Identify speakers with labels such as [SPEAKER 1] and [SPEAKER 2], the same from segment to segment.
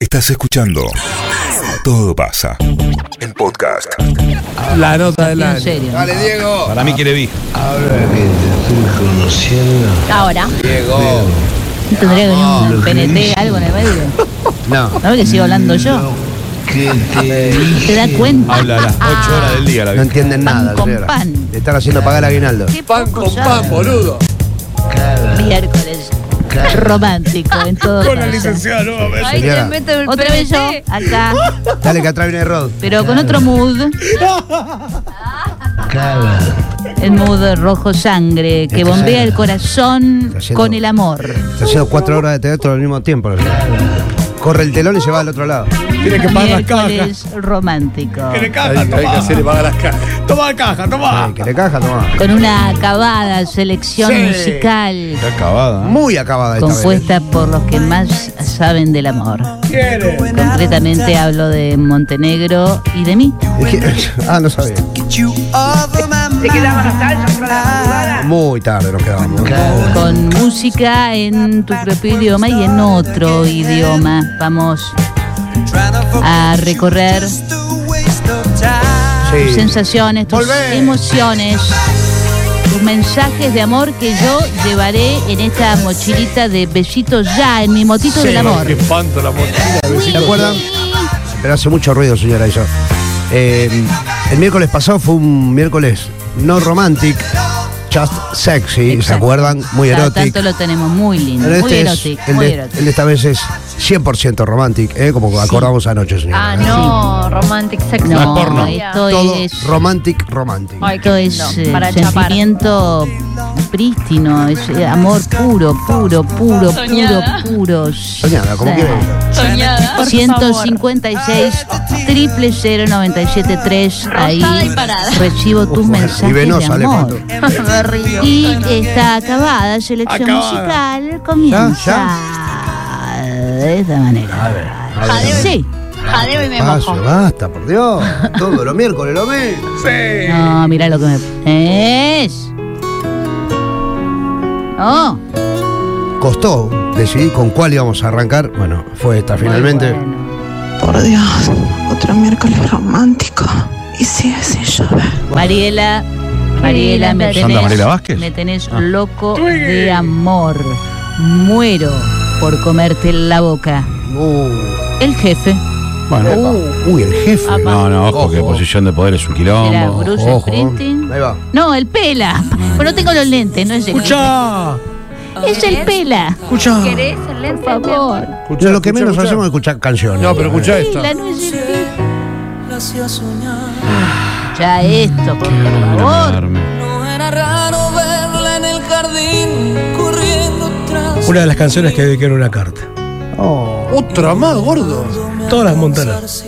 [SPEAKER 1] Estás escuchando Todo pasa. El podcast.
[SPEAKER 2] La nota del
[SPEAKER 3] En
[SPEAKER 2] año.
[SPEAKER 3] serio.
[SPEAKER 4] Dale, Diego.
[SPEAKER 5] Para mí quiere vi.
[SPEAKER 4] Eh,
[SPEAKER 6] Ahora que te estoy conociendo,
[SPEAKER 3] Ahora,
[SPEAKER 4] Diego.
[SPEAKER 3] tendría que venir un
[SPEAKER 6] Lo que
[SPEAKER 3] PNT,
[SPEAKER 6] dice.
[SPEAKER 3] algo en el medio.
[SPEAKER 4] No.
[SPEAKER 3] ¿No ves que sigo hablando yo?
[SPEAKER 6] que te
[SPEAKER 3] ¿Te das cuenta?
[SPEAKER 5] Habla a las 8 horas del día la
[SPEAKER 4] No
[SPEAKER 5] vieja.
[SPEAKER 4] entienden
[SPEAKER 3] Pan
[SPEAKER 4] nada,
[SPEAKER 3] con
[SPEAKER 4] señora.
[SPEAKER 3] pan.
[SPEAKER 4] Le están haciendo pagar aguinaldo.
[SPEAKER 3] Qué poco sabe.
[SPEAKER 4] boludo.
[SPEAKER 3] Miércoles. Romántico en todo
[SPEAKER 5] Con la
[SPEAKER 3] caso.
[SPEAKER 5] licenciada nuevamente.
[SPEAKER 7] Ay,
[SPEAKER 4] Señora.
[SPEAKER 7] te meto el
[SPEAKER 3] Otra vez yo,
[SPEAKER 7] PNT.
[SPEAKER 3] acá,
[SPEAKER 4] Dale que atrás viene Rod.
[SPEAKER 3] pero con otro mood, el mood rojo sangre, que
[SPEAKER 4] Este
[SPEAKER 3] bombea
[SPEAKER 4] ya-
[SPEAKER 3] el corazón
[SPEAKER 4] Está yendo-
[SPEAKER 3] con el amor.
[SPEAKER 4] Está haciendo cuatro horas de teatro al mismo tiempo. la señora. Corre el telón y se va al otro lado.
[SPEAKER 5] Tiene que pagar las cajas.
[SPEAKER 3] Miércoles romántico.
[SPEAKER 5] Tiene caja, toma. Hay que hacerle pagar las cajas. Toma caja,
[SPEAKER 4] Ay,
[SPEAKER 5] toma.
[SPEAKER 4] que le caja, toma.
[SPEAKER 3] Con una acabada selección
[SPEAKER 4] Sí.
[SPEAKER 3] musical
[SPEAKER 5] Está acabada. ¿eh?
[SPEAKER 4] Muy acabada esta vez.
[SPEAKER 3] compuesta por los que más saben del amor.
[SPEAKER 5] Quiere.
[SPEAKER 3] Concretamente hablo de Montenegro y de mí.
[SPEAKER 4] Es que- ah, no sabía. Muy tarde nos quedamos.
[SPEAKER 3] Con música en tu propio idioma y en otro idioma. Vamos a recorrer tus
[SPEAKER 4] Sí.
[SPEAKER 3] sensaciones, tus
[SPEAKER 4] Volvé.
[SPEAKER 3] emociones, tus mensajes de amor que yo llevaré en esta mochilita de besitos ya, en mi motito del amor.
[SPEAKER 5] Qué espanto la
[SPEAKER 4] ¿Se
[SPEAKER 5] mochila.
[SPEAKER 4] acuerdan? Pero hace mucho ruido, señora, eso. Eh, el miércoles pasado fue un miércoles no romantic, just sexy, ¿se
[SPEAKER 3] Exacto.
[SPEAKER 4] acuerdan? Muy
[SPEAKER 3] Cada
[SPEAKER 4] erótico.
[SPEAKER 3] tanto lo tenemos muy lindo,
[SPEAKER 4] Pero
[SPEAKER 3] muy
[SPEAKER 4] este es,
[SPEAKER 3] erótico,
[SPEAKER 4] el,
[SPEAKER 3] muy
[SPEAKER 4] de,
[SPEAKER 3] erótico.
[SPEAKER 4] el de esta vez es 100% romantic, ¿eh? como acordamos anoche, señora.
[SPEAKER 7] Ah,
[SPEAKER 4] ¿eh?
[SPEAKER 7] no, romantic sex.
[SPEAKER 3] No,
[SPEAKER 5] es porno.
[SPEAKER 3] esto
[SPEAKER 4] Todo
[SPEAKER 3] es
[SPEAKER 4] romantic, romantic.
[SPEAKER 7] Ay,
[SPEAKER 3] Esto
[SPEAKER 7] qué
[SPEAKER 3] es
[SPEAKER 7] lindo,
[SPEAKER 3] eh,
[SPEAKER 7] para chapar.
[SPEAKER 3] sentimiento prístino, es eh, amor puro, puro, puro,
[SPEAKER 7] Soñada.
[SPEAKER 3] puro, puro.
[SPEAKER 4] Soñada, como
[SPEAKER 3] Sí.
[SPEAKER 4] quiera.
[SPEAKER 7] Soñada. por
[SPEAKER 3] 156 triple ahí
[SPEAKER 7] Rosada y parada.
[SPEAKER 3] recibo tus mensajes
[SPEAKER 4] y venosa,
[SPEAKER 3] de amor.
[SPEAKER 4] Alejandro.
[SPEAKER 7] favor. Me río.
[SPEAKER 3] Y está acabada selección
[SPEAKER 5] Acabada.
[SPEAKER 3] musical comienza de esta manera. Sí.
[SPEAKER 7] Jadeo y me
[SPEAKER 4] Paso,
[SPEAKER 7] mojo.
[SPEAKER 4] basta, por Dios. Todos los miércoles lo mismo.
[SPEAKER 5] Sí.
[SPEAKER 3] No, mira lo que me es. Oh. No.
[SPEAKER 4] Costó decidir con cuál íbamos a arrancar. Bueno, fue esta finalmente.
[SPEAKER 3] Muy bueno.
[SPEAKER 8] Por Dios, otro miércoles romántico y sigue sin llover.
[SPEAKER 3] Mariela, Mariela, me
[SPEAKER 7] Sandra
[SPEAKER 3] tenés,
[SPEAKER 5] Mariela Vázquez. Ah.
[SPEAKER 3] me tenés loco de amor. Muero por comerte la boca.
[SPEAKER 4] Uh,
[SPEAKER 3] El jefe
[SPEAKER 5] Bueno.
[SPEAKER 4] uy, el jefe.
[SPEAKER 3] Ah,
[SPEAKER 5] No, no, ojo, que posición de poder es un
[SPEAKER 3] era
[SPEAKER 5] quilombo.
[SPEAKER 3] Bruce
[SPEAKER 4] ojo.
[SPEAKER 3] Springsteen.
[SPEAKER 4] Ahí va.
[SPEAKER 3] No, el pela. Pero no tengo los lentes, no es el
[SPEAKER 5] Escucha.
[SPEAKER 3] Es el pela,
[SPEAKER 5] Escucha.
[SPEAKER 7] ¿Querés el lente?
[SPEAKER 3] por favor.
[SPEAKER 4] No, lo que menos hacemos es escuchar canciones.
[SPEAKER 5] No, pero escucha esto.
[SPEAKER 3] Pela, no es el pela. Ya esto, por favor.
[SPEAKER 2] Una de las canciones que dediqué en una carta.
[SPEAKER 4] Oh,
[SPEAKER 5] Otra más, gordo.
[SPEAKER 2] Todas las montanas.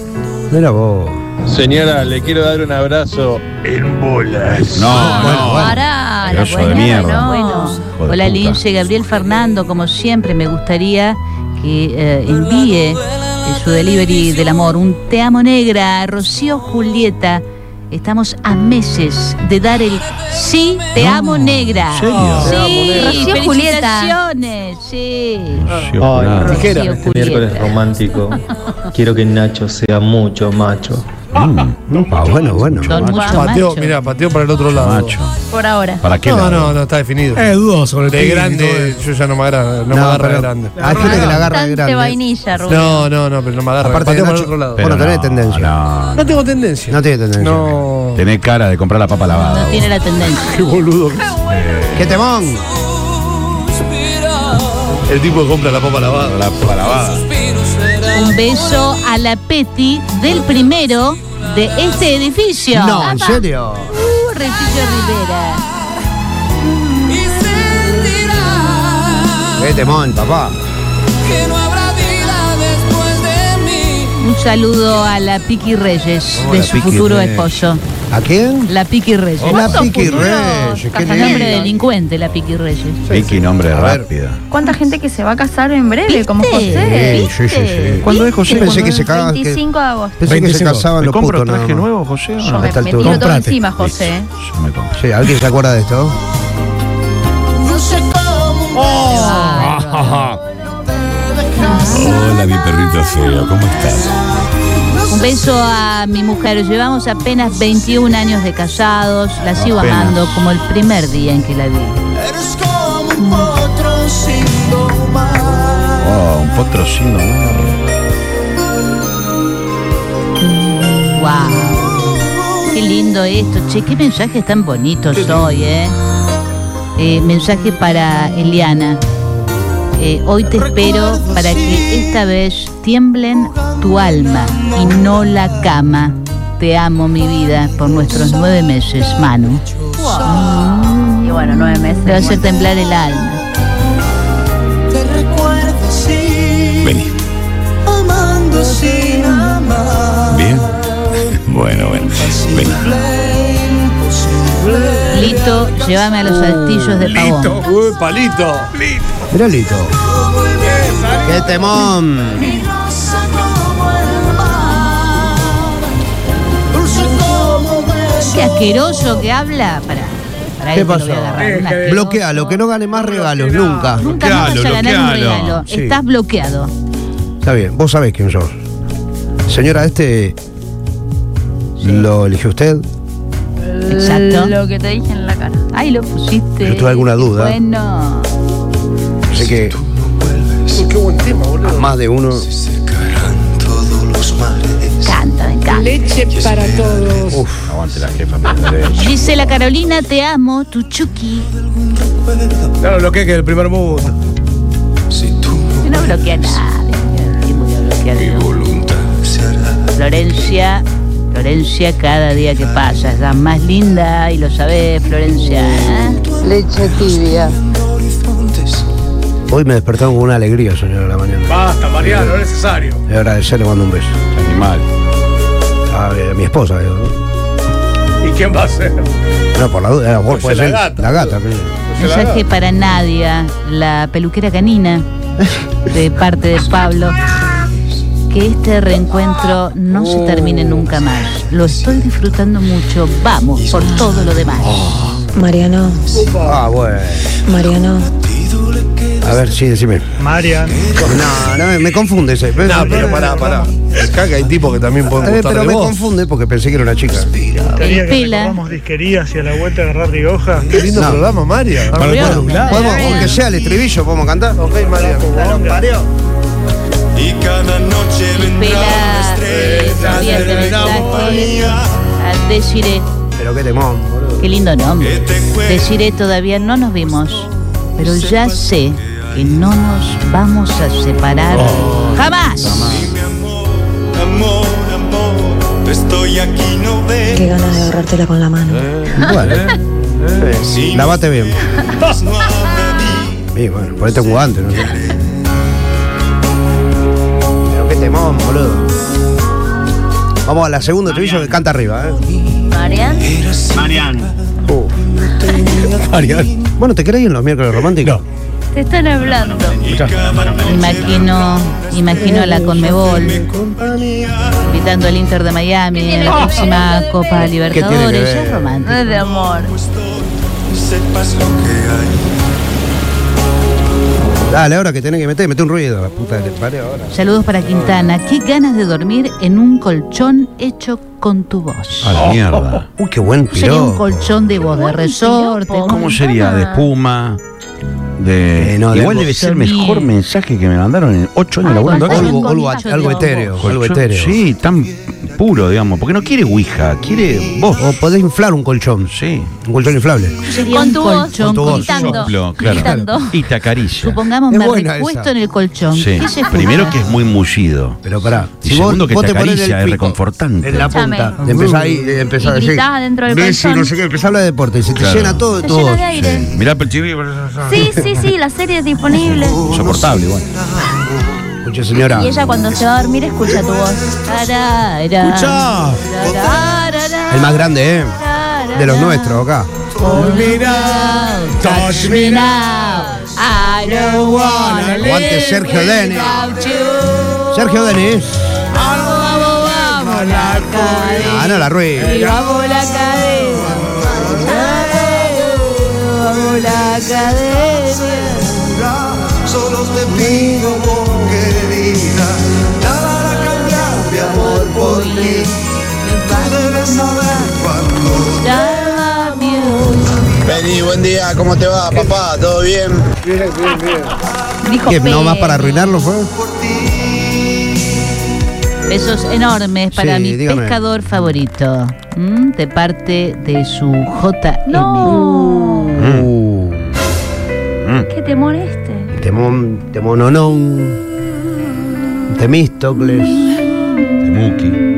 [SPEAKER 4] mira vos.
[SPEAKER 9] Señora, le quiero dar un abrazo.
[SPEAKER 3] Ah,
[SPEAKER 5] No, no.
[SPEAKER 7] Para,
[SPEAKER 5] Pero
[SPEAKER 7] la
[SPEAKER 5] eso de
[SPEAKER 7] buena,
[SPEAKER 5] mierda.
[SPEAKER 7] no.
[SPEAKER 3] Bueno,
[SPEAKER 5] de
[SPEAKER 3] hola
[SPEAKER 5] puta.
[SPEAKER 3] Lince, Gabriel Fernando, como siempre, me gustaría que eh, envíe eh, su delivery del amor, un te amo negra, a Rocío Julieta. Estamos a meses de dar el sí, te amo negra.
[SPEAKER 5] serio?
[SPEAKER 3] Sí,
[SPEAKER 5] Te
[SPEAKER 7] Rocío Julieta.
[SPEAKER 3] felicitaciones, sí.
[SPEAKER 9] Ay,
[SPEAKER 3] Rocío
[SPEAKER 9] este miércoles romántico. Quiero que Nacho sea mucho macho.
[SPEAKER 5] Mm.
[SPEAKER 4] Ah, bueno, bueno.
[SPEAKER 3] Son mucho
[SPEAKER 10] Oh,
[SPEAKER 3] macho.
[SPEAKER 5] pateó para el otro lado. Macho.
[SPEAKER 7] Por ahora.
[SPEAKER 5] ¿Para qué? lado?
[SPEAKER 10] No, no, está definido.
[SPEAKER 2] Es dudoso. el
[SPEAKER 10] de
[SPEAKER 2] tigre y todo
[SPEAKER 10] grande,
[SPEAKER 2] eso.
[SPEAKER 10] yo ya no me agarra, no me
[SPEAKER 4] No,
[SPEAKER 10] agarra
[SPEAKER 4] pero
[SPEAKER 10] de grande.
[SPEAKER 4] Hay gente que la agarra de
[SPEAKER 7] Bastante
[SPEAKER 4] grande.
[SPEAKER 7] vainilla, Rubén.
[SPEAKER 10] No, no, no, pero no me agarra.
[SPEAKER 4] Aparte
[SPEAKER 10] Pateo
[SPEAKER 4] de
[SPEAKER 10] para el
[SPEAKER 4] Nacho-
[SPEAKER 10] otro lado.
[SPEAKER 4] Pero no tenés tendencia.
[SPEAKER 5] No,
[SPEAKER 10] No tengo tendencia.
[SPEAKER 4] No tiene tendencia.
[SPEAKER 10] No.
[SPEAKER 5] Tenés cara de comprar la papa lavada.
[SPEAKER 3] No tiene la tendencia.
[SPEAKER 5] boludo.
[SPEAKER 4] ¡Qué temón!
[SPEAKER 10] El tipo que compra la papa lavada.
[SPEAKER 5] La papa lavada.
[SPEAKER 3] Un beso a la Peti del primero de este edificio.
[SPEAKER 4] No, en serio.
[SPEAKER 3] Uh, Refugio Rivera.
[SPEAKER 4] ¡Qué temón, papá!
[SPEAKER 3] Un saludo a la Piqui Reyes,
[SPEAKER 4] Hola,
[SPEAKER 3] de su
[SPEAKER 4] Piqui
[SPEAKER 3] esposo.
[SPEAKER 4] Reyes.
[SPEAKER 3] esposo.
[SPEAKER 4] ¿A quién?
[SPEAKER 3] La Piqui Reyes.
[SPEAKER 4] La
[SPEAKER 3] Hasta
[SPEAKER 4] Piqui
[SPEAKER 7] futuros
[SPEAKER 4] Reyes. ¡Qué
[SPEAKER 7] cajanambres
[SPEAKER 3] nombre de
[SPEAKER 4] lindo!
[SPEAKER 3] delincuente, la Piqui Reyes.
[SPEAKER 5] Vicky, nombre
[SPEAKER 4] A ver.
[SPEAKER 5] rápido.
[SPEAKER 7] ¿Cuánta gente que se va a casar en breve, como
[SPEAKER 3] ¿Viste?
[SPEAKER 7] José?
[SPEAKER 4] Sí, sí, sí, sí. ¿Cuándo es José? Pensé que se cagaban. que-
[SPEAKER 7] 25 de agosto.
[SPEAKER 4] Pensé que se
[SPEAKER 2] 25.
[SPEAKER 4] casaban los putos nada más.
[SPEAKER 5] José?
[SPEAKER 7] Yo me,
[SPEAKER 4] esta altura.
[SPEAKER 7] me tiro todo
[SPEAKER 2] Comprate.
[SPEAKER 7] encima, José.
[SPEAKER 5] Yo me compro.
[SPEAKER 4] Sí, ¿alguien se acuerda de esto?
[SPEAKER 5] Hola,
[SPEAKER 1] Adi, perrito feo, ¿cómo estás?
[SPEAKER 3] Un beso a mi mujer. Llevamos apenas 21 años de casados. La sigo
[SPEAKER 5] Apenas.
[SPEAKER 3] amando como el primer día en que la vi.
[SPEAKER 11] Eres como otro signo más.
[SPEAKER 5] Oh, un potrocino, ¿no?
[SPEAKER 3] Wow. Qué lindo esto. Che, qué mensajes tan bonitos hoy, ¿eh? Eh, Mensaje para Eliana. Eh, hoy te espero para que esta vez tiemblen tu alma y no la cama. Te amo, mi vida, por nuestros nueve meses, Manu.
[SPEAKER 7] Y bueno, nueve meses.
[SPEAKER 3] Te va a hacer temblar el alma.
[SPEAKER 11] Te recuerdo así.
[SPEAKER 1] Vení.
[SPEAKER 11] Amando sin amar.
[SPEAKER 1] ¿Bien? Bueno, bueno. Vení.
[SPEAKER 3] Lito, llévame a los altillos
[SPEAKER 4] Uh,
[SPEAKER 3] de pavón.
[SPEAKER 10] Uy, palito.
[SPEAKER 4] Mirá, Lito. ¡Qué temón!
[SPEAKER 11] Rosa como el mar. Dulce como beso.
[SPEAKER 3] Qué asqueroso que habla. Pará. Pará,
[SPEAKER 4] ¿Qué
[SPEAKER 3] esto lo
[SPEAKER 4] pasó?
[SPEAKER 3] voy a agarrar. Un
[SPEAKER 2] Eh,
[SPEAKER 3] asqueroso.
[SPEAKER 4] Eh, Bloquealo, que no gane más regalos, nunca.
[SPEAKER 3] Nunca más vas a
[SPEAKER 5] Bloquealo,
[SPEAKER 3] ganar un
[SPEAKER 5] bloquealo.
[SPEAKER 3] regalo.
[SPEAKER 4] Sí.
[SPEAKER 3] Estás bloqueado.
[SPEAKER 4] Está bien, vos sabés quién sos. Señora, este. ¿Lo eligió usted?
[SPEAKER 3] Exacto.
[SPEAKER 7] Lo que te dije en la cara.
[SPEAKER 3] Ay, lo pusiste.
[SPEAKER 4] Yo tuve alguna duda.
[SPEAKER 3] Bueno.
[SPEAKER 4] Así que
[SPEAKER 10] Uy, qué buen tema,
[SPEAKER 4] a
[SPEAKER 10] boludo.
[SPEAKER 4] más de uno.
[SPEAKER 11] Todos los mares.
[SPEAKER 3] Canta, me encanta.
[SPEAKER 12] Leche para todos.
[SPEAKER 5] Uf, aguante la jefa, pero
[SPEAKER 3] Dice la Carolina, te amo, tu Chucky.
[SPEAKER 2] Claro, lo que es que el primer mundo.
[SPEAKER 11] Si tú
[SPEAKER 3] Yo no bloquea a nadie. ¿Qué voy a bloquear yo? Florencia, Florencia, cada día que pasa es la más linda y lo sabés, Florencia. ¿eh?
[SPEAKER 12] Leche tibia.
[SPEAKER 11] horizontes.
[SPEAKER 4] Hoy me despertaron con una alegría, señora, a la mañana.
[SPEAKER 2] Basta, Mariano, no es necesario.
[SPEAKER 4] Le agradecer, le mando un beso.
[SPEAKER 5] Animal.
[SPEAKER 4] A, ver, a mi esposa, digo, ¿no?
[SPEAKER 2] ¿Y quién va a ser?
[SPEAKER 4] No, por la duda, era vos
[SPEAKER 10] Pues
[SPEAKER 4] podés
[SPEAKER 10] la
[SPEAKER 4] ser
[SPEAKER 10] gata.
[SPEAKER 4] la gata. pero-
[SPEAKER 3] Mensaje para Nadia, la peluquera canina, de parte de Pablo. Que este reencuentro no se termine nunca más. Lo estoy disfrutando mucho. Vamos por todo lo demás.
[SPEAKER 12] Mariano,
[SPEAKER 4] Ah, bueno.
[SPEAKER 12] Mariano.
[SPEAKER 4] A ver, sí, decime.
[SPEAKER 2] Marian.
[SPEAKER 4] No, no, me confunde ese.
[SPEAKER 10] No, pero pará, pará. Acá que hay tipos que también
[SPEAKER 4] Eh,
[SPEAKER 10] pueden gustar
[SPEAKER 4] pero
[SPEAKER 10] de
[SPEAKER 4] me
[SPEAKER 10] vos.
[SPEAKER 4] confunde porque pensé que era una chica.
[SPEAKER 3] El Pela.
[SPEAKER 2] disquerías y a la vuelta agarrar Rioja.
[SPEAKER 10] Qué lindo
[SPEAKER 4] No.
[SPEAKER 10] programa, María.
[SPEAKER 2] Bueno,
[SPEAKER 4] Podemos, aunque sea el estribillo, podemos cantar.
[SPEAKER 10] Ok, María.
[SPEAKER 11] Y cada noche vendrá una
[SPEAKER 3] Pela. eh,
[SPEAKER 11] estrella
[SPEAKER 3] envía este
[SPEAKER 11] de la
[SPEAKER 3] mensaje
[SPEAKER 11] compañía
[SPEAKER 3] a Ah, Desiree.
[SPEAKER 4] Pero qué temón, boludo.
[SPEAKER 3] Qué lindo
[SPEAKER 11] que
[SPEAKER 3] nombre.
[SPEAKER 11] te cuelga
[SPEAKER 3] Desiree, todavía no nos vimos. Pero ya sé pues que no nos vamos a separar. ¡Jamás!
[SPEAKER 11] mi amor, amor, amor. Estoy aquí, no
[SPEAKER 12] Qué
[SPEAKER 11] ves.
[SPEAKER 12] ganas de ahorrártela con la mano.
[SPEAKER 4] Bueno,
[SPEAKER 10] Eh,
[SPEAKER 11] Si
[SPEAKER 4] lavate bien.
[SPEAKER 11] no habrá día.
[SPEAKER 4] Y bueno, ponete un guante, no sé. Pero qué temón, boludo. Vamos a la segunda estribillo que canta arriba, ¿eh?
[SPEAKER 3] Marian.
[SPEAKER 5] Oh.
[SPEAKER 4] Uh. Bueno, ¿te crees en los miércoles románticos?
[SPEAKER 7] Te están hablando.
[SPEAKER 3] Imagino, imagino a la Conmebol invitando al Inter de Miami en la próxima Copa
[SPEAKER 4] ¿Qué tiene
[SPEAKER 3] Libertadores.
[SPEAKER 4] que ver?
[SPEAKER 3] Es
[SPEAKER 7] No es
[SPEAKER 3] romántico.
[SPEAKER 7] de amor.
[SPEAKER 11] Sepas lo que hay.
[SPEAKER 4] Dale, ahora que tenés que meter, mete un ruido, la puta que te parió ahora.
[SPEAKER 3] Saludos para Quintana. Qué ganas de dormir en un colchón hecho con tu voz.
[SPEAKER 4] Ah,
[SPEAKER 5] A la mierda.
[SPEAKER 4] Uy, qué buen
[SPEAKER 3] Sería un
[SPEAKER 4] piropo.
[SPEAKER 3] colchón de voz, de resorte.
[SPEAKER 5] ¿Cómo sería? De espuma. De...
[SPEAKER 4] Eh, no, de
[SPEAKER 5] Igual
[SPEAKER 4] algo-
[SPEAKER 5] debe ser el mejor
[SPEAKER 3] Sí.
[SPEAKER 5] mensaje que me mandaron en ocho años laburando acá.
[SPEAKER 3] colchón
[SPEAKER 4] Algo,
[SPEAKER 3] con
[SPEAKER 4] algo,
[SPEAKER 3] bicho
[SPEAKER 4] algo
[SPEAKER 3] de
[SPEAKER 4] etéreo,
[SPEAKER 5] Colchón,
[SPEAKER 4] algo etéreo.
[SPEAKER 5] Sí, tan puro, digamos. Porque no quiere Ouija, quiere vos.
[SPEAKER 4] O podés inflar un colchón.
[SPEAKER 5] Sí.
[SPEAKER 4] Un colchón inflable.
[SPEAKER 3] Sería
[SPEAKER 7] Con
[SPEAKER 3] un
[SPEAKER 7] tu voz.
[SPEAKER 3] colchón
[SPEAKER 4] Con tu voz.
[SPEAKER 7] Gritando.
[SPEAKER 5] Soplo, claro.
[SPEAKER 7] Gritando.
[SPEAKER 5] Y te acaricia.
[SPEAKER 3] Supongamos,
[SPEAKER 4] Es
[SPEAKER 3] me
[SPEAKER 4] buena
[SPEAKER 3] recuesto
[SPEAKER 4] esa.
[SPEAKER 3] en el colchón.
[SPEAKER 5] Sí.
[SPEAKER 3] ¿Qué se escucha?
[SPEAKER 5] Primero que es muy mullido.
[SPEAKER 4] Pero pará.
[SPEAKER 5] Y segundo que te
[SPEAKER 4] ponés el
[SPEAKER 5] acaricia, es
[SPEAKER 4] pico
[SPEAKER 5] reconfortante.
[SPEAKER 4] En la punta.
[SPEAKER 7] Escúchame.
[SPEAKER 4] Y empezás ahí, eh, empezás a
[SPEAKER 7] Y
[SPEAKER 4] decir.
[SPEAKER 7] gritás adentro del
[SPEAKER 4] Messi,
[SPEAKER 7] colchón.
[SPEAKER 4] no sé qué, empezás a hablar de deporte. Y se te
[SPEAKER 5] Claro.
[SPEAKER 4] llena todo de
[SPEAKER 7] Se
[SPEAKER 4] tu
[SPEAKER 7] llena
[SPEAKER 4] voz.
[SPEAKER 7] de aire.
[SPEAKER 5] Mirá el chibi.
[SPEAKER 7] Sí, sí, sí, la serie es disponible.
[SPEAKER 5] Insoportable, igual.
[SPEAKER 4] Escuche, señora.
[SPEAKER 7] Y ella cuando se va a dormir escucha tu voz.
[SPEAKER 3] Tarara,
[SPEAKER 2] Escuchá.
[SPEAKER 3] tarara,
[SPEAKER 4] El más grande, ¿eh?
[SPEAKER 3] tarara.
[SPEAKER 4] De los nuestros, acá.
[SPEAKER 2] Touch
[SPEAKER 3] Me now, I don't wanna live
[SPEAKER 4] Aguante Sergio Denis.
[SPEAKER 3] without you.
[SPEAKER 4] Sergio Denis.
[SPEAKER 3] Vamos, vamos, la cabeza.
[SPEAKER 4] Ah, no la rueda.
[SPEAKER 3] Vamos la cadena. Vamos la cadena.
[SPEAKER 11] solo te pido amor querida, nada hará cambiar mi amor por ti. Tú debes saber cuando
[SPEAKER 13] Vení, buen día, ¿cómo te va, papá? ¿Todo bien? Bien, bien, bien.
[SPEAKER 3] Dijo
[SPEAKER 4] ¿Qué,
[SPEAKER 3] Penny.
[SPEAKER 4] ¿No más para arruinarlo fue?
[SPEAKER 3] Besos enormes para
[SPEAKER 4] Sí,
[SPEAKER 3] mi
[SPEAKER 4] dígame.
[SPEAKER 3] pescador favorito. ¿m? De parte de su JM. No.
[SPEAKER 4] Uh, Mm.
[SPEAKER 7] ¿Qué temor este?
[SPEAKER 4] temón, temononón, temístocles. Temuki.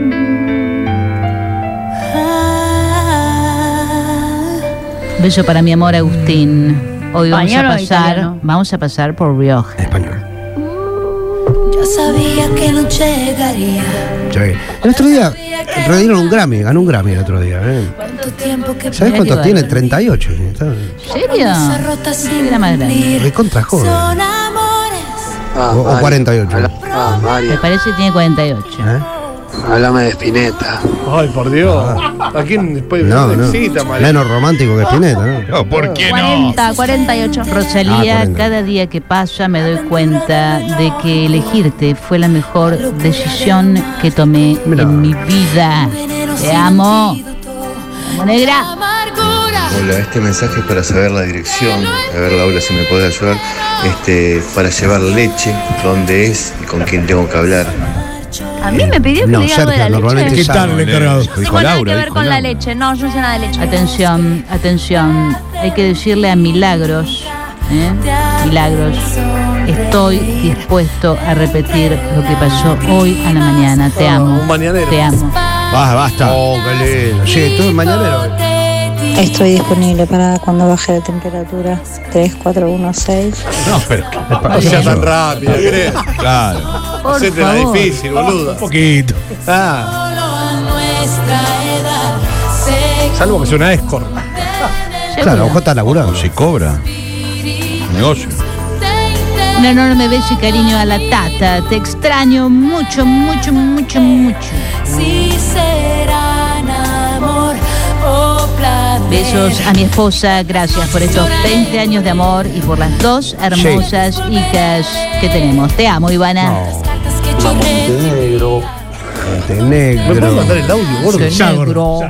[SPEAKER 3] Beso para mi amor Agustín. Hoy vamos a
[SPEAKER 7] ¿Español o
[SPEAKER 3] pasar,
[SPEAKER 7] italiano?
[SPEAKER 3] vamos a pasar por Rioja. Español.
[SPEAKER 14] Yo sabía que no llegaría.
[SPEAKER 4] Sí. El otro día redieron un Grammy, ganó un Grammy el otro día. ¿eh?
[SPEAKER 14] Tanto tiempo que
[SPEAKER 4] ¿Sabes cuántos tiene? 38. Está
[SPEAKER 14] ¿En serio? Rota sin
[SPEAKER 3] Era más grande.
[SPEAKER 4] recontra joven.
[SPEAKER 14] Son amores.
[SPEAKER 4] O, o 48.
[SPEAKER 13] Ah,
[SPEAKER 3] Me
[SPEAKER 13] María,
[SPEAKER 3] parece que tiene 48.
[SPEAKER 13] háblame de Spinetta.
[SPEAKER 10] Ay, por Dios. ¿A quién después
[SPEAKER 4] No, no.
[SPEAKER 10] excita, María?
[SPEAKER 4] Menos romántico que Spinetta, ¿no?
[SPEAKER 5] ¿Por qué
[SPEAKER 7] 40, 48.
[SPEAKER 3] Rosalía,
[SPEAKER 4] Ah, 40.
[SPEAKER 3] cada día que pasa me doy cuenta de que elegirte fue la mejor decisión que tomé en mi vida. Te amo. Amo, Negra.
[SPEAKER 15] Hola, este mensaje es para saber la dirección, a ver Laura si me puede ayudar, este, para llevar leche, dónde es y con quién tengo que hablar.
[SPEAKER 7] A mí me pidió que
[SPEAKER 15] No,
[SPEAKER 7] le diga algo de
[SPEAKER 15] Sergio,
[SPEAKER 7] la leche.
[SPEAKER 15] normalmente ¿Qué sabe. tal el encargado?
[SPEAKER 7] No
[SPEAKER 15] Dijo
[SPEAKER 7] tengo nada
[SPEAKER 15] Laura,
[SPEAKER 7] que ver
[SPEAKER 15] dijo
[SPEAKER 7] con la
[SPEAKER 15] Laura.
[SPEAKER 7] leche. No, yo no sé nada de leche.
[SPEAKER 3] Atención, atención. Hay que decirle a Milagros, ¿eh? Milagros, estoy dispuesto a repetir lo que pasó hoy a la mañana. Te amo. Te amo.
[SPEAKER 4] Basta, basta. Oh, qué lindo. Sí, todo el mañanero.
[SPEAKER 12] Estoy disponible para cuando baje la temperatura. 3416.
[SPEAKER 5] No, pero.
[SPEAKER 10] No sea tan rápida, ¿crees?
[SPEAKER 5] Claro.
[SPEAKER 10] Por Hacete la
[SPEAKER 12] favor.
[SPEAKER 10] difícil, boluda. Un
[SPEAKER 2] poquito.
[SPEAKER 10] Ah,
[SPEAKER 2] Salvo que sea una escort.
[SPEAKER 4] Claro, ojo está laburando.
[SPEAKER 5] Se cobra. Negocio.
[SPEAKER 3] Un enorme beso y cariño a la tata. Te extraño mucho, mucho, mucho, mucho.
[SPEAKER 14] Si serán amor o placer.
[SPEAKER 3] Besos a mi esposa, gracias por estos 20 años de amor y por las dos hermosas hijas que tenemos. Te amo, Ivana.
[SPEAKER 13] Montenegro.
[SPEAKER 4] Este Montenegro.
[SPEAKER 10] ¿Me puedes mandar el audio, gordo?
[SPEAKER 3] Ya, gordo.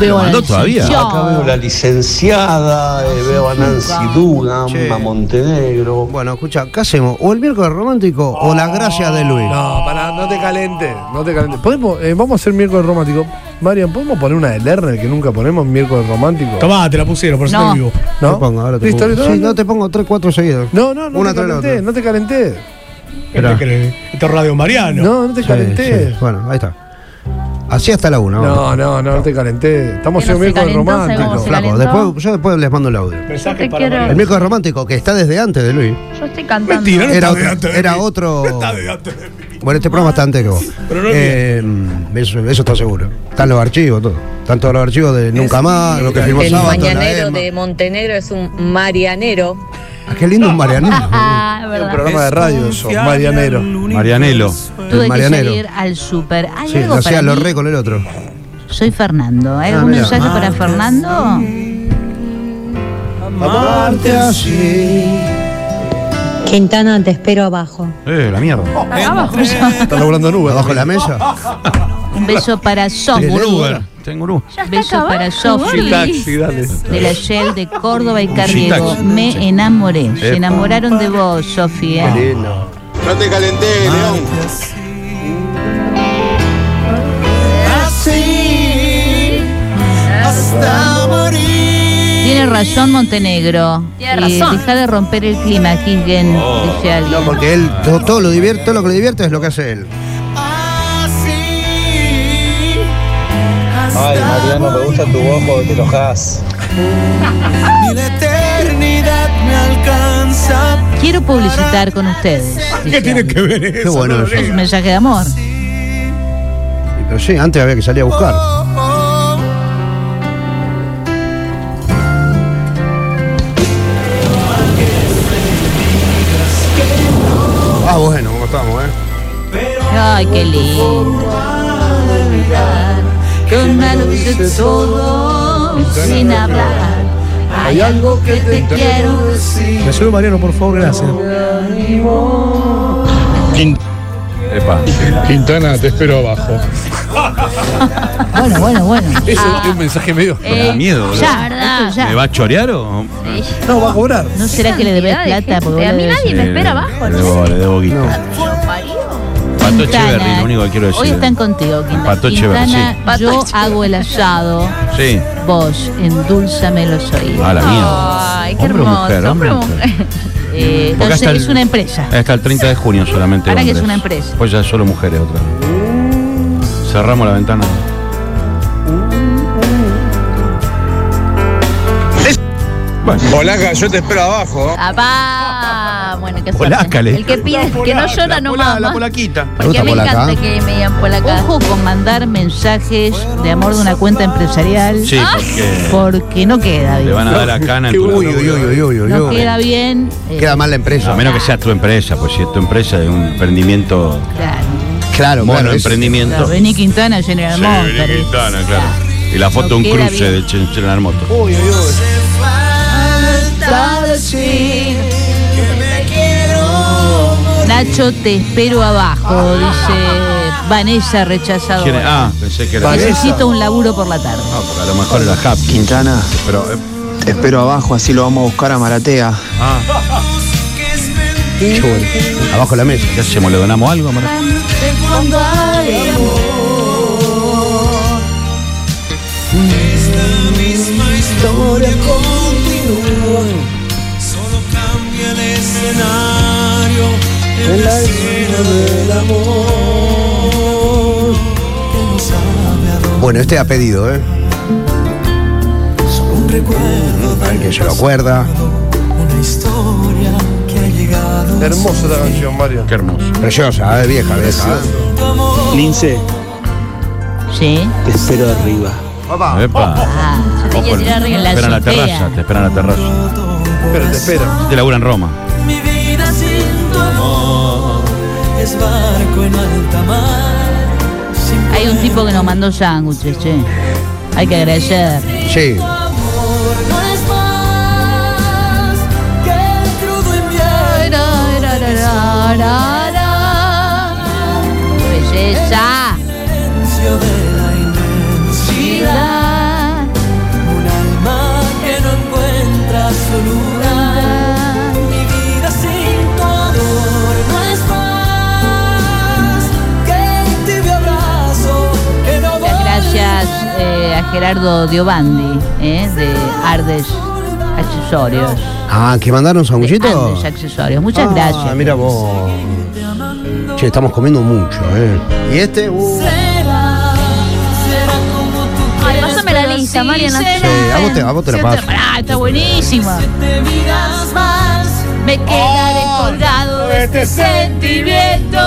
[SPEAKER 13] ¿Lo
[SPEAKER 10] mandó todavía?
[SPEAKER 13] Acá veo la licenciada, eh, veo a Nancy Dugan, a Montenegro.
[SPEAKER 4] Bueno, escucha, ¿qué hacemos? O el miércoles romántico o la gracia de Luis.
[SPEAKER 10] No, pará, no te calentes, no te calentes. ¿Podemos, eh, vamos a hacer miércoles romántico. Marian, ¿podemos poner una de Lerner que nunca ponemos miércoles romántico?
[SPEAKER 2] Tomá, te la pusieron, por eso No. te digo.
[SPEAKER 10] ¿No?
[SPEAKER 4] Te pongo, ahora te
[SPEAKER 10] Listo,
[SPEAKER 4] pongo.
[SPEAKER 10] listo,
[SPEAKER 4] Sí,
[SPEAKER 10] no,
[SPEAKER 4] no te pongo 3, 4 seguidos.
[SPEAKER 10] No, no, no
[SPEAKER 4] Una
[SPEAKER 10] te
[SPEAKER 4] tras la
[SPEAKER 10] calenté, no te calenté.
[SPEAKER 4] Esperá.
[SPEAKER 2] Esto es Radio Mariano.
[SPEAKER 10] No, no te
[SPEAKER 4] Sí,
[SPEAKER 10] calenté.
[SPEAKER 4] sí. Bueno, ahí está. Así hasta la 1.
[SPEAKER 10] No, no, no, no te calenté. Estamos
[SPEAKER 4] Que no
[SPEAKER 10] haciendo
[SPEAKER 4] se
[SPEAKER 10] miércoles
[SPEAKER 4] calentó,
[SPEAKER 10] romántico.
[SPEAKER 4] No, flaco, después, yo después les mando el audio.
[SPEAKER 7] Yo te quiero.
[SPEAKER 4] El miércoles romántico, que está desde antes de Luis.
[SPEAKER 7] Yo estoy cantando.
[SPEAKER 4] era otro. Era otro... Bueno, este programa está antes que vos.
[SPEAKER 7] Pero no es
[SPEAKER 4] Eh, eso, eso está seguro. Están los archivos, todo. Están todos los archivos de Nunca Más, lo que firmó
[SPEAKER 16] El
[SPEAKER 4] sábado.
[SPEAKER 16] mañanero de Montenegro es un marianero.
[SPEAKER 4] Ah, qué lindo un marianero.
[SPEAKER 16] Ah,
[SPEAKER 10] Un programa de radio eso, Marianero.
[SPEAKER 5] Marianelo.
[SPEAKER 3] Tuve que
[SPEAKER 4] Marianero.
[SPEAKER 3] salir al súper. ¿Hay
[SPEAKER 4] Sí,
[SPEAKER 3] algo
[SPEAKER 4] lo hacía
[SPEAKER 3] para
[SPEAKER 4] lo
[SPEAKER 3] mí?
[SPEAKER 4] re con el otro.
[SPEAKER 3] Soy Fernando. ¿Hay
[SPEAKER 4] Ah,
[SPEAKER 3] algún
[SPEAKER 4] mira.
[SPEAKER 3] mensaje para Fernando?
[SPEAKER 4] Amarte así.
[SPEAKER 12] Quintana, te espero abajo.
[SPEAKER 5] Eh, la mierda.
[SPEAKER 15] Ah,
[SPEAKER 3] Abajo.
[SPEAKER 5] eh,
[SPEAKER 10] Está laburando en Uber.
[SPEAKER 4] ¿Abajo de la mesa?
[SPEAKER 3] Un beso para Sofi.
[SPEAKER 5] Tengo un Uber. Tengo un Uber.
[SPEAKER 3] Beso para Sofi.
[SPEAKER 10] dale.
[SPEAKER 3] De la Shell de Córdoba y Carriego.
[SPEAKER 5] sí, taxi.
[SPEAKER 3] Me enamoré. Se
[SPEAKER 5] Epa.
[SPEAKER 3] enamoraron de vos, ¿eh? Sofía.
[SPEAKER 13] No te calenté, León.
[SPEAKER 11] Así hasta morir.
[SPEAKER 3] Tiene razón Montenegro.
[SPEAKER 11] Tiene
[SPEAKER 3] Y
[SPEAKER 11] razón.
[SPEAKER 3] Deja de romper el clima, Kingen, dice alguien.
[SPEAKER 4] No, porque él, todo, todo lo divierte, todo lo que le divierte es lo que hace él.
[SPEAKER 11] Así.
[SPEAKER 13] Ay, Mariano, me gusta tu ojo, te enojas.
[SPEAKER 11] Ni la eternidad me alcanza.
[SPEAKER 3] Quiero publicitar con ustedes. dice alguien.
[SPEAKER 4] que ver eso? Qué bueno eso.
[SPEAKER 3] Es un mensaje de amor.
[SPEAKER 4] Pero sí, antes había que salir a buscar. Ah, bueno, ¿cómo estamos, eh?
[SPEAKER 3] Ay, qué lindo. Con una luz de todo, sin hablar.
[SPEAKER 10] Hay algo que te quiero decir.
[SPEAKER 2] Me sube Mariano, por favor, gracias.
[SPEAKER 17] Quintana, te espero abajo.
[SPEAKER 3] Bueno, bueno, bueno.
[SPEAKER 10] Ese es un mensaje medio.
[SPEAKER 5] Me da
[SPEAKER 7] Eh,
[SPEAKER 5] miedo, boludo.
[SPEAKER 3] Ya, ¿verdad? Ya.
[SPEAKER 5] ¿Me va a chorear o.?
[SPEAKER 10] No, va a cobrar.
[SPEAKER 3] ¿No será que le debes plata? Porque
[SPEAKER 7] A mí nadie me
[SPEAKER 5] Eh,
[SPEAKER 7] espera
[SPEAKER 5] le-
[SPEAKER 7] abajo.
[SPEAKER 5] Le
[SPEAKER 7] no
[SPEAKER 5] debo,
[SPEAKER 7] sé.
[SPEAKER 5] le debo guita. Pato Echeverri, lo único que quiero decir.
[SPEAKER 3] Hoy están contigo, Quintana.
[SPEAKER 5] Pato Echeverri, sí.
[SPEAKER 3] Quintana, yo hago el asado,
[SPEAKER 5] Sí.
[SPEAKER 3] vos endulzame los oídos.
[SPEAKER 5] A la mierda.
[SPEAKER 7] Ay, qué
[SPEAKER 5] Hombre o
[SPEAKER 7] hermoso.
[SPEAKER 5] mujer, hombre o mujer.
[SPEAKER 3] Eh,
[SPEAKER 5] Porque
[SPEAKER 3] entonces
[SPEAKER 5] hasta el-
[SPEAKER 3] es una empresa.
[SPEAKER 5] Hasta el 30 de junio solamente.
[SPEAKER 3] Ahora que
[SPEAKER 5] hombres.
[SPEAKER 3] es una empresa.
[SPEAKER 5] Pues ya solo mujeres otra. vez. Cerramos la ventana.
[SPEAKER 17] Hola, yo te espero abajo.
[SPEAKER 3] Ah,
[SPEAKER 7] Apá. Bueno, qué
[SPEAKER 5] Polaca,
[SPEAKER 7] suerte.
[SPEAKER 5] le-
[SPEAKER 7] El que pide,
[SPEAKER 5] La
[SPEAKER 7] que no
[SPEAKER 5] polaca,
[SPEAKER 7] llora
[SPEAKER 5] la
[SPEAKER 7] no
[SPEAKER 5] pola-
[SPEAKER 7] mama.
[SPEAKER 5] la polaquita.
[SPEAKER 7] Porque
[SPEAKER 4] gusta
[SPEAKER 7] me
[SPEAKER 4] polaca,
[SPEAKER 7] encanta
[SPEAKER 4] ¿eh?
[SPEAKER 7] que me digan polaca.
[SPEAKER 3] Ojo con mandar mensajes de amor de una cuenta empresarial.
[SPEAKER 5] Sí, porque-
[SPEAKER 3] Porque no queda
[SPEAKER 5] Le
[SPEAKER 3] bien.
[SPEAKER 5] van a dar la cana
[SPEAKER 4] Uy,
[SPEAKER 5] el
[SPEAKER 4] uy,
[SPEAKER 5] culo.
[SPEAKER 4] uy, uy, uy, uy.
[SPEAKER 3] No
[SPEAKER 4] uy.
[SPEAKER 3] queda bien. eh,
[SPEAKER 4] Queda mal la empresa.
[SPEAKER 5] A menos que sea tu empresa, pues si es tu empresa es un emprendimiento,
[SPEAKER 3] Claro.
[SPEAKER 4] Claro,
[SPEAKER 5] mono
[SPEAKER 4] claro. es-
[SPEAKER 5] emprendimiento.
[SPEAKER 3] Claro, Vení Quintana, General
[SPEAKER 5] Sí,
[SPEAKER 3] Monster.
[SPEAKER 5] Vini Quintana, claro. Y la foto
[SPEAKER 3] No
[SPEAKER 5] un
[SPEAKER 3] queda
[SPEAKER 5] cruce
[SPEAKER 3] bien.
[SPEAKER 5] de Chen- Chenar Moto.
[SPEAKER 10] Uy, uy, uy.
[SPEAKER 3] Nacho, te espero abajo, dice Vanessa rechazado.
[SPEAKER 5] ¿Quién es? Ah, pensé que era.
[SPEAKER 3] Necesito un laburo por la tarde.
[SPEAKER 5] Ah, porque a lo mejor era Happy.
[SPEAKER 18] Quintana,
[SPEAKER 5] Pero, eh,
[SPEAKER 18] te espero abajo, así lo vamos a buscar a Maratea.
[SPEAKER 5] ah,
[SPEAKER 4] Qué bueno. Abajo de la mesa.
[SPEAKER 5] ¿qué hacemos? ¿Le donamos algo, Mara?
[SPEAKER 4] Bueno, este ha pedido, ¿eh? Alguien se lo acuerda.
[SPEAKER 10] Hermosa esta canción, Mario.
[SPEAKER 5] Qué hermoso.
[SPEAKER 4] Preciosa, ¿eh? vieja, vieja. ¿eh?
[SPEAKER 18] Lince,
[SPEAKER 3] Sí.
[SPEAKER 18] te espero arriba.
[SPEAKER 5] Epa.
[SPEAKER 3] Ah, yo te
[SPEAKER 5] Ojo,
[SPEAKER 3] quiero
[SPEAKER 5] te
[SPEAKER 3] tirar arriba en la
[SPEAKER 5] esperan en la
[SPEAKER 3] azotea.
[SPEAKER 5] terraza, te esperan en la terraza.
[SPEAKER 10] Pero te espero.
[SPEAKER 5] Te labura en Roma.
[SPEAKER 11] Mi vida sin tu amor es barco en alta mar. Sin
[SPEAKER 3] Hay un tipo que nos mandó sándwiches, che. Hay que agradecer.
[SPEAKER 4] eh. Sí.
[SPEAKER 11] amor no es más que el crudo invierno.
[SPEAKER 3] Qué Belleza.
[SPEAKER 11] Silencio de la inmensidad. Un alma que no encuentra su lugar. Mi vida sin tu amor no es más que un tibio abrazo que no
[SPEAKER 3] Muchas gracias eh, a Gerardo Diobandi, eh, de Ardes Accesorios.
[SPEAKER 4] Ah, ¿que mandaron
[SPEAKER 3] De
[SPEAKER 4] sangullito?
[SPEAKER 3] Andes Accesorios. Muchas
[SPEAKER 4] Ah,
[SPEAKER 3] gracias.
[SPEAKER 4] Mira vos. Che, estamos comiendo mucho, ¿eh? Y este, uh,
[SPEAKER 7] Ay, pásame la lista, Mariana.
[SPEAKER 4] sí, a vos te, a vos te la paso.
[SPEAKER 3] Ah, está buenísima. Me quedaré colgado de este sentimiento.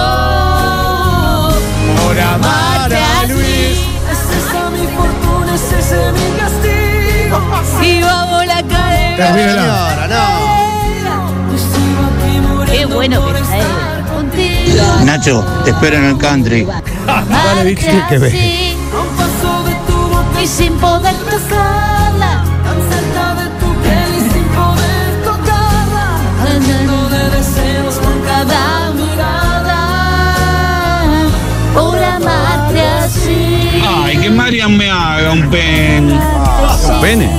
[SPEAKER 11] Por amar a Luis. Es esa mi fortuna, es ese mi castigo.
[SPEAKER 3] Si vamos la cadena.
[SPEAKER 2] Termínala.
[SPEAKER 4] Señora, no.
[SPEAKER 11] Yo sigo aquí
[SPEAKER 3] Qué
[SPEAKER 11] muriendo
[SPEAKER 3] bueno que
[SPEAKER 11] por este
[SPEAKER 3] está
[SPEAKER 11] estar
[SPEAKER 3] él.
[SPEAKER 11] contigo.
[SPEAKER 18] Nacho, te espero en el country.
[SPEAKER 3] Amarte
[SPEAKER 4] Vicky, que ve.
[SPEAKER 3] así
[SPEAKER 11] A un paso de tu boca
[SPEAKER 3] Y sin poder besarla.
[SPEAKER 11] tan cerca de tu piel y sin poder tocarla. Al lleno de deseos con cada mirada.
[SPEAKER 3] Por amarte así.
[SPEAKER 17] Ay, que Marian me haga un pen.
[SPEAKER 5] ¿Un pene?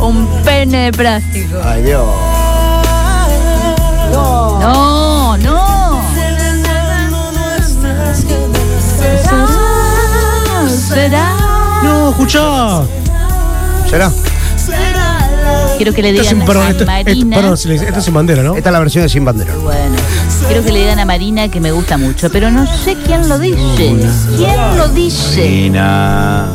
[SPEAKER 7] Un pene de plástico.
[SPEAKER 4] Ay, Dios.
[SPEAKER 3] No, no.
[SPEAKER 14] será.
[SPEAKER 2] No, escuchá.
[SPEAKER 4] ¿Será?
[SPEAKER 3] Quiero que le
[SPEAKER 2] Este es
[SPEAKER 3] digan
[SPEAKER 2] un- perdón,
[SPEAKER 3] a
[SPEAKER 2] esto- esto-
[SPEAKER 3] Marina.
[SPEAKER 2] perdón, silencio. Esta es sin bandera, ¿no?
[SPEAKER 4] Esta es la versión de Sin Bandera.
[SPEAKER 3] Bueno, quiero que le digan a Marina que me gusta mucho, pero no sé quién lo dice. ¿Quién lo dice?
[SPEAKER 5] Nina.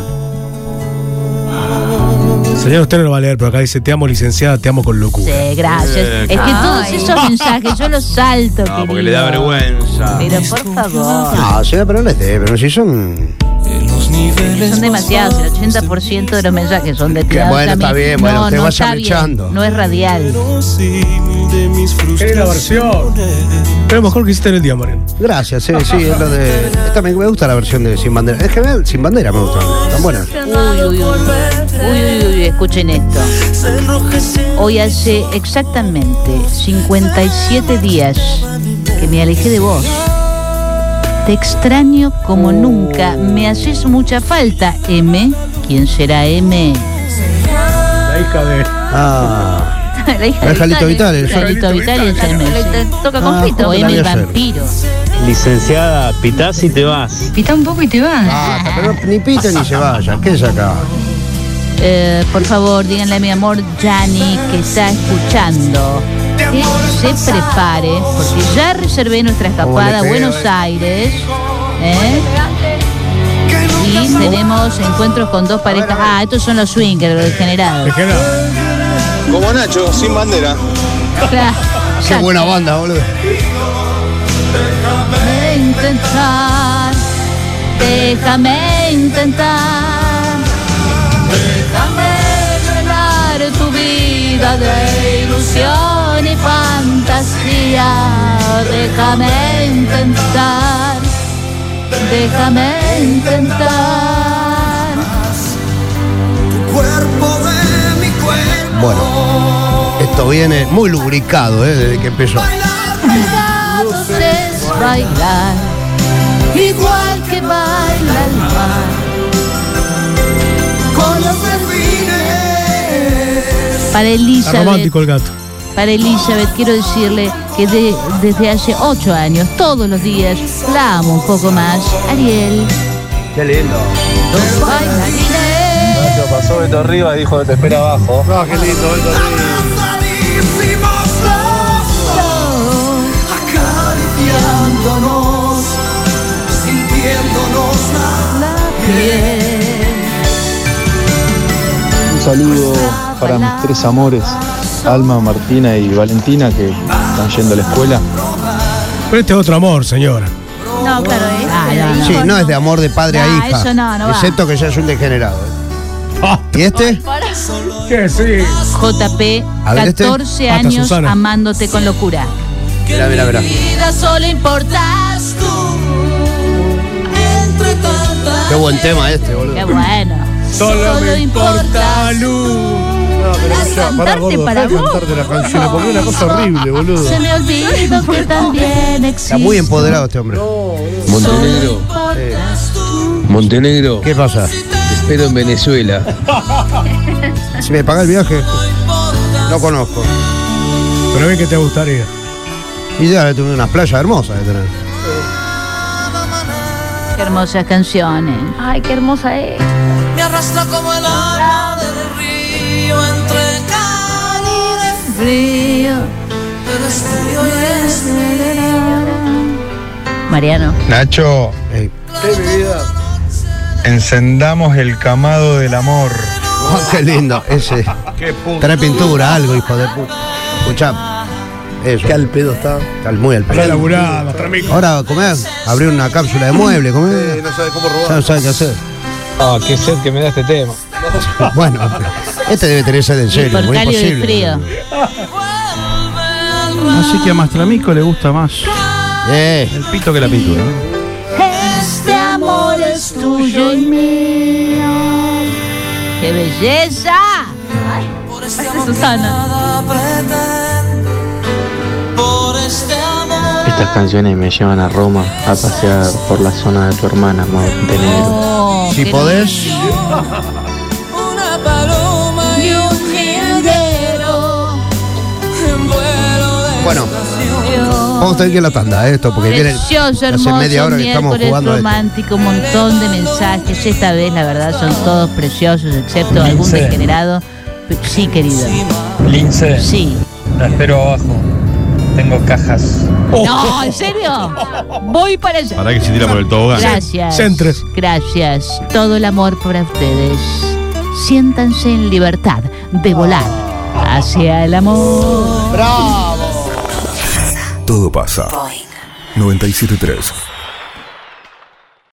[SPEAKER 2] Señor, usted no lo va a leer, pero acá dice: Te amo, licenciada, te amo con locura.
[SPEAKER 3] Sí, gracias.
[SPEAKER 5] Eh,
[SPEAKER 3] Es que
[SPEAKER 7] ay.
[SPEAKER 3] todos esos mensajes yo los salto,
[SPEAKER 5] No, porque
[SPEAKER 3] querido.
[SPEAKER 5] le da vergüenza.
[SPEAKER 3] Pero por favor.
[SPEAKER 4] Ah, sí, pero no les dé, pero si son.
[SPEAKER 3] Son demasiados, el 80% de los mensajes son de
[SPEAKER 4] Que bueno, está bien, bueno, te vaya
[SPEAKER 3] está bien,
[SPEAKER 4] mechando.
[SPEAKER 3] No es radial.
[SPEAKER 2] Es la versión. Es lo mejor que hiciste en el día, Mariano.
[SPEAKER 4] Gracias, sí, sí, es lo de. Esta me, me gusta la versión de Sin Bandera. En general, Sin Bandera me gusta. Tan buena.
[SPEAKER 3] Uy, uy, uy. Uy, uy, uy, escuchen esto. Hoy hace exactamente 57 días que me alejé de vos. Te extraño
[SPEAKER 4] Oh.
[SPEAKER 3] como nunca, me haces mucha falta, M. ¿Quién será M?
[SPEAKER 2] La hija de.
[SPEAKER 4] Ah,
[SPEAKER 3] La hija
[SPEAKER 4] Es
[SPEAKER 3] de
[SPEAKER 4] Jalito Vital, el
[SPEAKER 3] Jalito Vital es M.
[SPEAKER 7] Le toca con Fito.
[SPEAKER 3] O
[SPEAKER 4] ¿cómo
[SPEAKER 3] M el
[SPEAKER 4] podría ser?
[SPEAKER 3] vampiro.
[SPEAKER 19] Licenciada, pitás y te vas.
[SPEAKER 7] Pita un poco y te vas.
[SPEAKER 4] basta, ah, pero ni pita ni se vaya. ¿Qué es acá?
[SPEAKER 3] Eh, por favor, díganle a mi amor Yanni que está escuchando que se prepare, porque ya reservé nuestra escapada a
[SPEAKER 11] pega,
[SPEAKER 3] Buenos Aires. ¿eh? Y tenemos encuentros con dos parejas. Ah, estos son los swingers, los degenerados.
[SPEAKER 17] Como Nacho, sin bandera.
[SPEAKER 3] Claro.
[SPEAKER 4] Qué buena banda, boludo.
[SPEAKER 3] Déjame intentar, déjame intentar, déjame llenar tu vida de ilusión y fantasía, déjame intentar, déjame intentar.
[SPEAKER 4] Bueno, esto viene muy lubricado, ¿eh? Desde que empezó.
[SPEAKER 3] Bailados es bailar, igual que baila el mar.
[SPEAKER 11] Con los delfines.
[SPEAKER 3] Para
[SPEAKER 2] Está
[SPEAKER 3] Elizabeth,
[SPEAKER 2] romántico el gato.
[SPEAKER 3] Para Elizabeth quiero decirle que de- desde hace ocho años, todos los días, la amo un poco más. Ariel.
[SPEAKER 4] Qué lindo.
[SPEAKER 17] Nacho pasó Beto arriba y dijo te espera abajo.
[SPEAKER 10] No, qué lindo, Beto arriba.
[SPEAKER 11] Saladísimos los dos, acariciándonos, sintiéndonos la piel.
[SPEAKER 9] Un saludo para mis tres amores, Alma, Martina y Valentina, que están yendo a la escuela.
[SPEAKER 2] Pero este es otro amor, señora.
[SPEAKER 7] No, claro, es.
[SPEAKER 4] Sí, no es de amor de padre a
[SPEAKER 7] No,
[SPEAKER 4] hija.
[SPEAKER 7] eso no, no va.
[SPEAKER 4] excepto que ya es un degenerado. ¿eh? ¿Y este?
[SPEAKER 2] ¿Qué? Sí.
[SPEAKER 3] JP,
[SPEAKER 4] A ver, este.
[SPEAKER 3] 14
[SPEAKER 4] Hasta
[SPEAKER 3] años
[SPEAKER 4] Susana.
[SPEAKER 3] amándote con locura.
[SPEAKER 4] Mira, mira, mira.
[SPEAKER 3] Vida solo importas
[SPEAKER 11] Entre tantas
[SPEAKER 4] Qué buen tema este, boludo.
[SPEAKER 3] Qué bueno.
[SPEAKER 11] importa luz.
[SPEAKER 10] No, pero escuchá, pará,
[SPEAKER 11] Cantarte
[SPEAKER 10] gordo,
[SPEAKER 11] para
[SPEAKER 10] para
[SPEAKER 11] vos.
[SPEAKER 10] cantarte las canciones, porque es una cosa horrible, boludo.
[SPEAKER 11] Se me olvidó que también
[SPEAKER 4] Está muy empoderado este hombre.
[SPEAKER 17] Montenegro, Montenegro,
[SPEAKER 4] ¿Qué pasa?
[SPEAKER 17] te espero en Venezuela.
[SPEAKER 4] Si me paga el viaje, no conozco.
[SPEAKER 2] Pero ve que te gustaría.
[SPEAKER 4] Y ya tuve unas playas hermosas de tener.
[SPEAKER 11] em-
[SPEAKER 3] Qué hermosas canciones.
[SPEAKER 7] Ay, qué hermosa es.
[SPEAKER 11] Me arrastra como el agua del río entre calor y frío. Pero es tuyo y es mío.
[SPEAKER 3] Mariano.
[SPEAKER 17] Nacho,
[SPEAKER 10] Qué mi vida.
[SPEAKER 17] encendamos el camado del amor.
[SPEAKER 4] Oh, qué lindo, ese.
[SPEAKER 5] Qué puto.
[SPEAKER 4] Trae pintura, algo, hijo de puta. Escuchá. Eso.
[SPEAKER 10] Qué al pedo está.
[SPEAKER 4] Está muy al
[SPEAKER 2] Ya
[SPEAKER 4] pedo.
[SPEAKER 2] laburada, nuestra amiga.
[SPEAKER 4] Ahora, comer, abrir una cápsula de mueble,
[SPEAKER 10] Eh,
[SPEAKER 4] comer.
[SPEAKER 10] no sabe cómo
[SPEAKER 4] Ya no
[SPEAKER 10] robar.
[SPEAKER 4] saben qué hacer.
[SPEAKER 17] Ah, qué sed que me da este tema.
[SPEAKER 4] Bueno, este debe tener sed en
[SPEAKER 3] Y
[SPEAKER 4] serio,
[SPEAKER 3] por
[SPEAKER 4] muy
[SPEAKER 3] cálido y
[SPEAKER 4] imposible.
[SPEAKER 3] frío.
[SPEAKER 5] Así que a Mastramico le gusta más
[SPEAKER 4] Eh,
[SPEAKER 5] el pito que la pintura. ¿no?
[SPEAKER 11] Este amor es tuyo y mío.
[SPEAKER 3] ¡Qué belleza!
[SPEAKER 11] Por este
[SPEAKER 7] Parece
[SPEAKER 11] amor que
[SPEAKER 7] Susana.
[SPEAKER 11] nada pretendo. Por este amor.
[SPEAKER 19] Estas canciones me llevan a Roma a pasear por la zona de tu hermana, Montenegro.
[SPEAKER 3] Oh,
[SPEAKER 4] si
[SPEAKER 3] qué
[SPEAKER 4] podés,
[SPEAKER 11] Una paloma y un jilguero en vuelo de
[SPEAKER 4] Bueno.
[SPEAKER 11] estación.
[SPEAKER 4] vamos a tener que ir a la tanda, eh, esto, porque viene
[SPEAKER 3] Precioso,
[SPEAKER 4] hace
[SPEAKER 3] hermoso,
[SPEAKER 4] media hora que estamos
[SPEAKER 3] miércoles
[SPEAKER 4] jugando a esto.
[SPEAKER 3] romántico, un montón de mensajes. Esta vez, la verdad, son todos preciosos, excepto algún
[SPEAKER 9] Lince.
[SPEAKER 3] degenerado. Sí, querido.
[SPEAKER 9] Lince,
[SPEAKER 3] Sí.
[SPEAKER 9] la espero abajo. Tengo cajas.
[SPEAKER 3] No, ¿en serio? Voy para allá.
[SPEAKER 5] Para que se tira por el tobogán.
[SPEAKER 3] Gracias.
[SPEAKER 2] Centres.
[SPEAKER 3] Gracias. Todo el amor para ustedes. Siéntanse en libertad de volar hacia el amor.
[SPEAKER 1] Todo pasa. 973.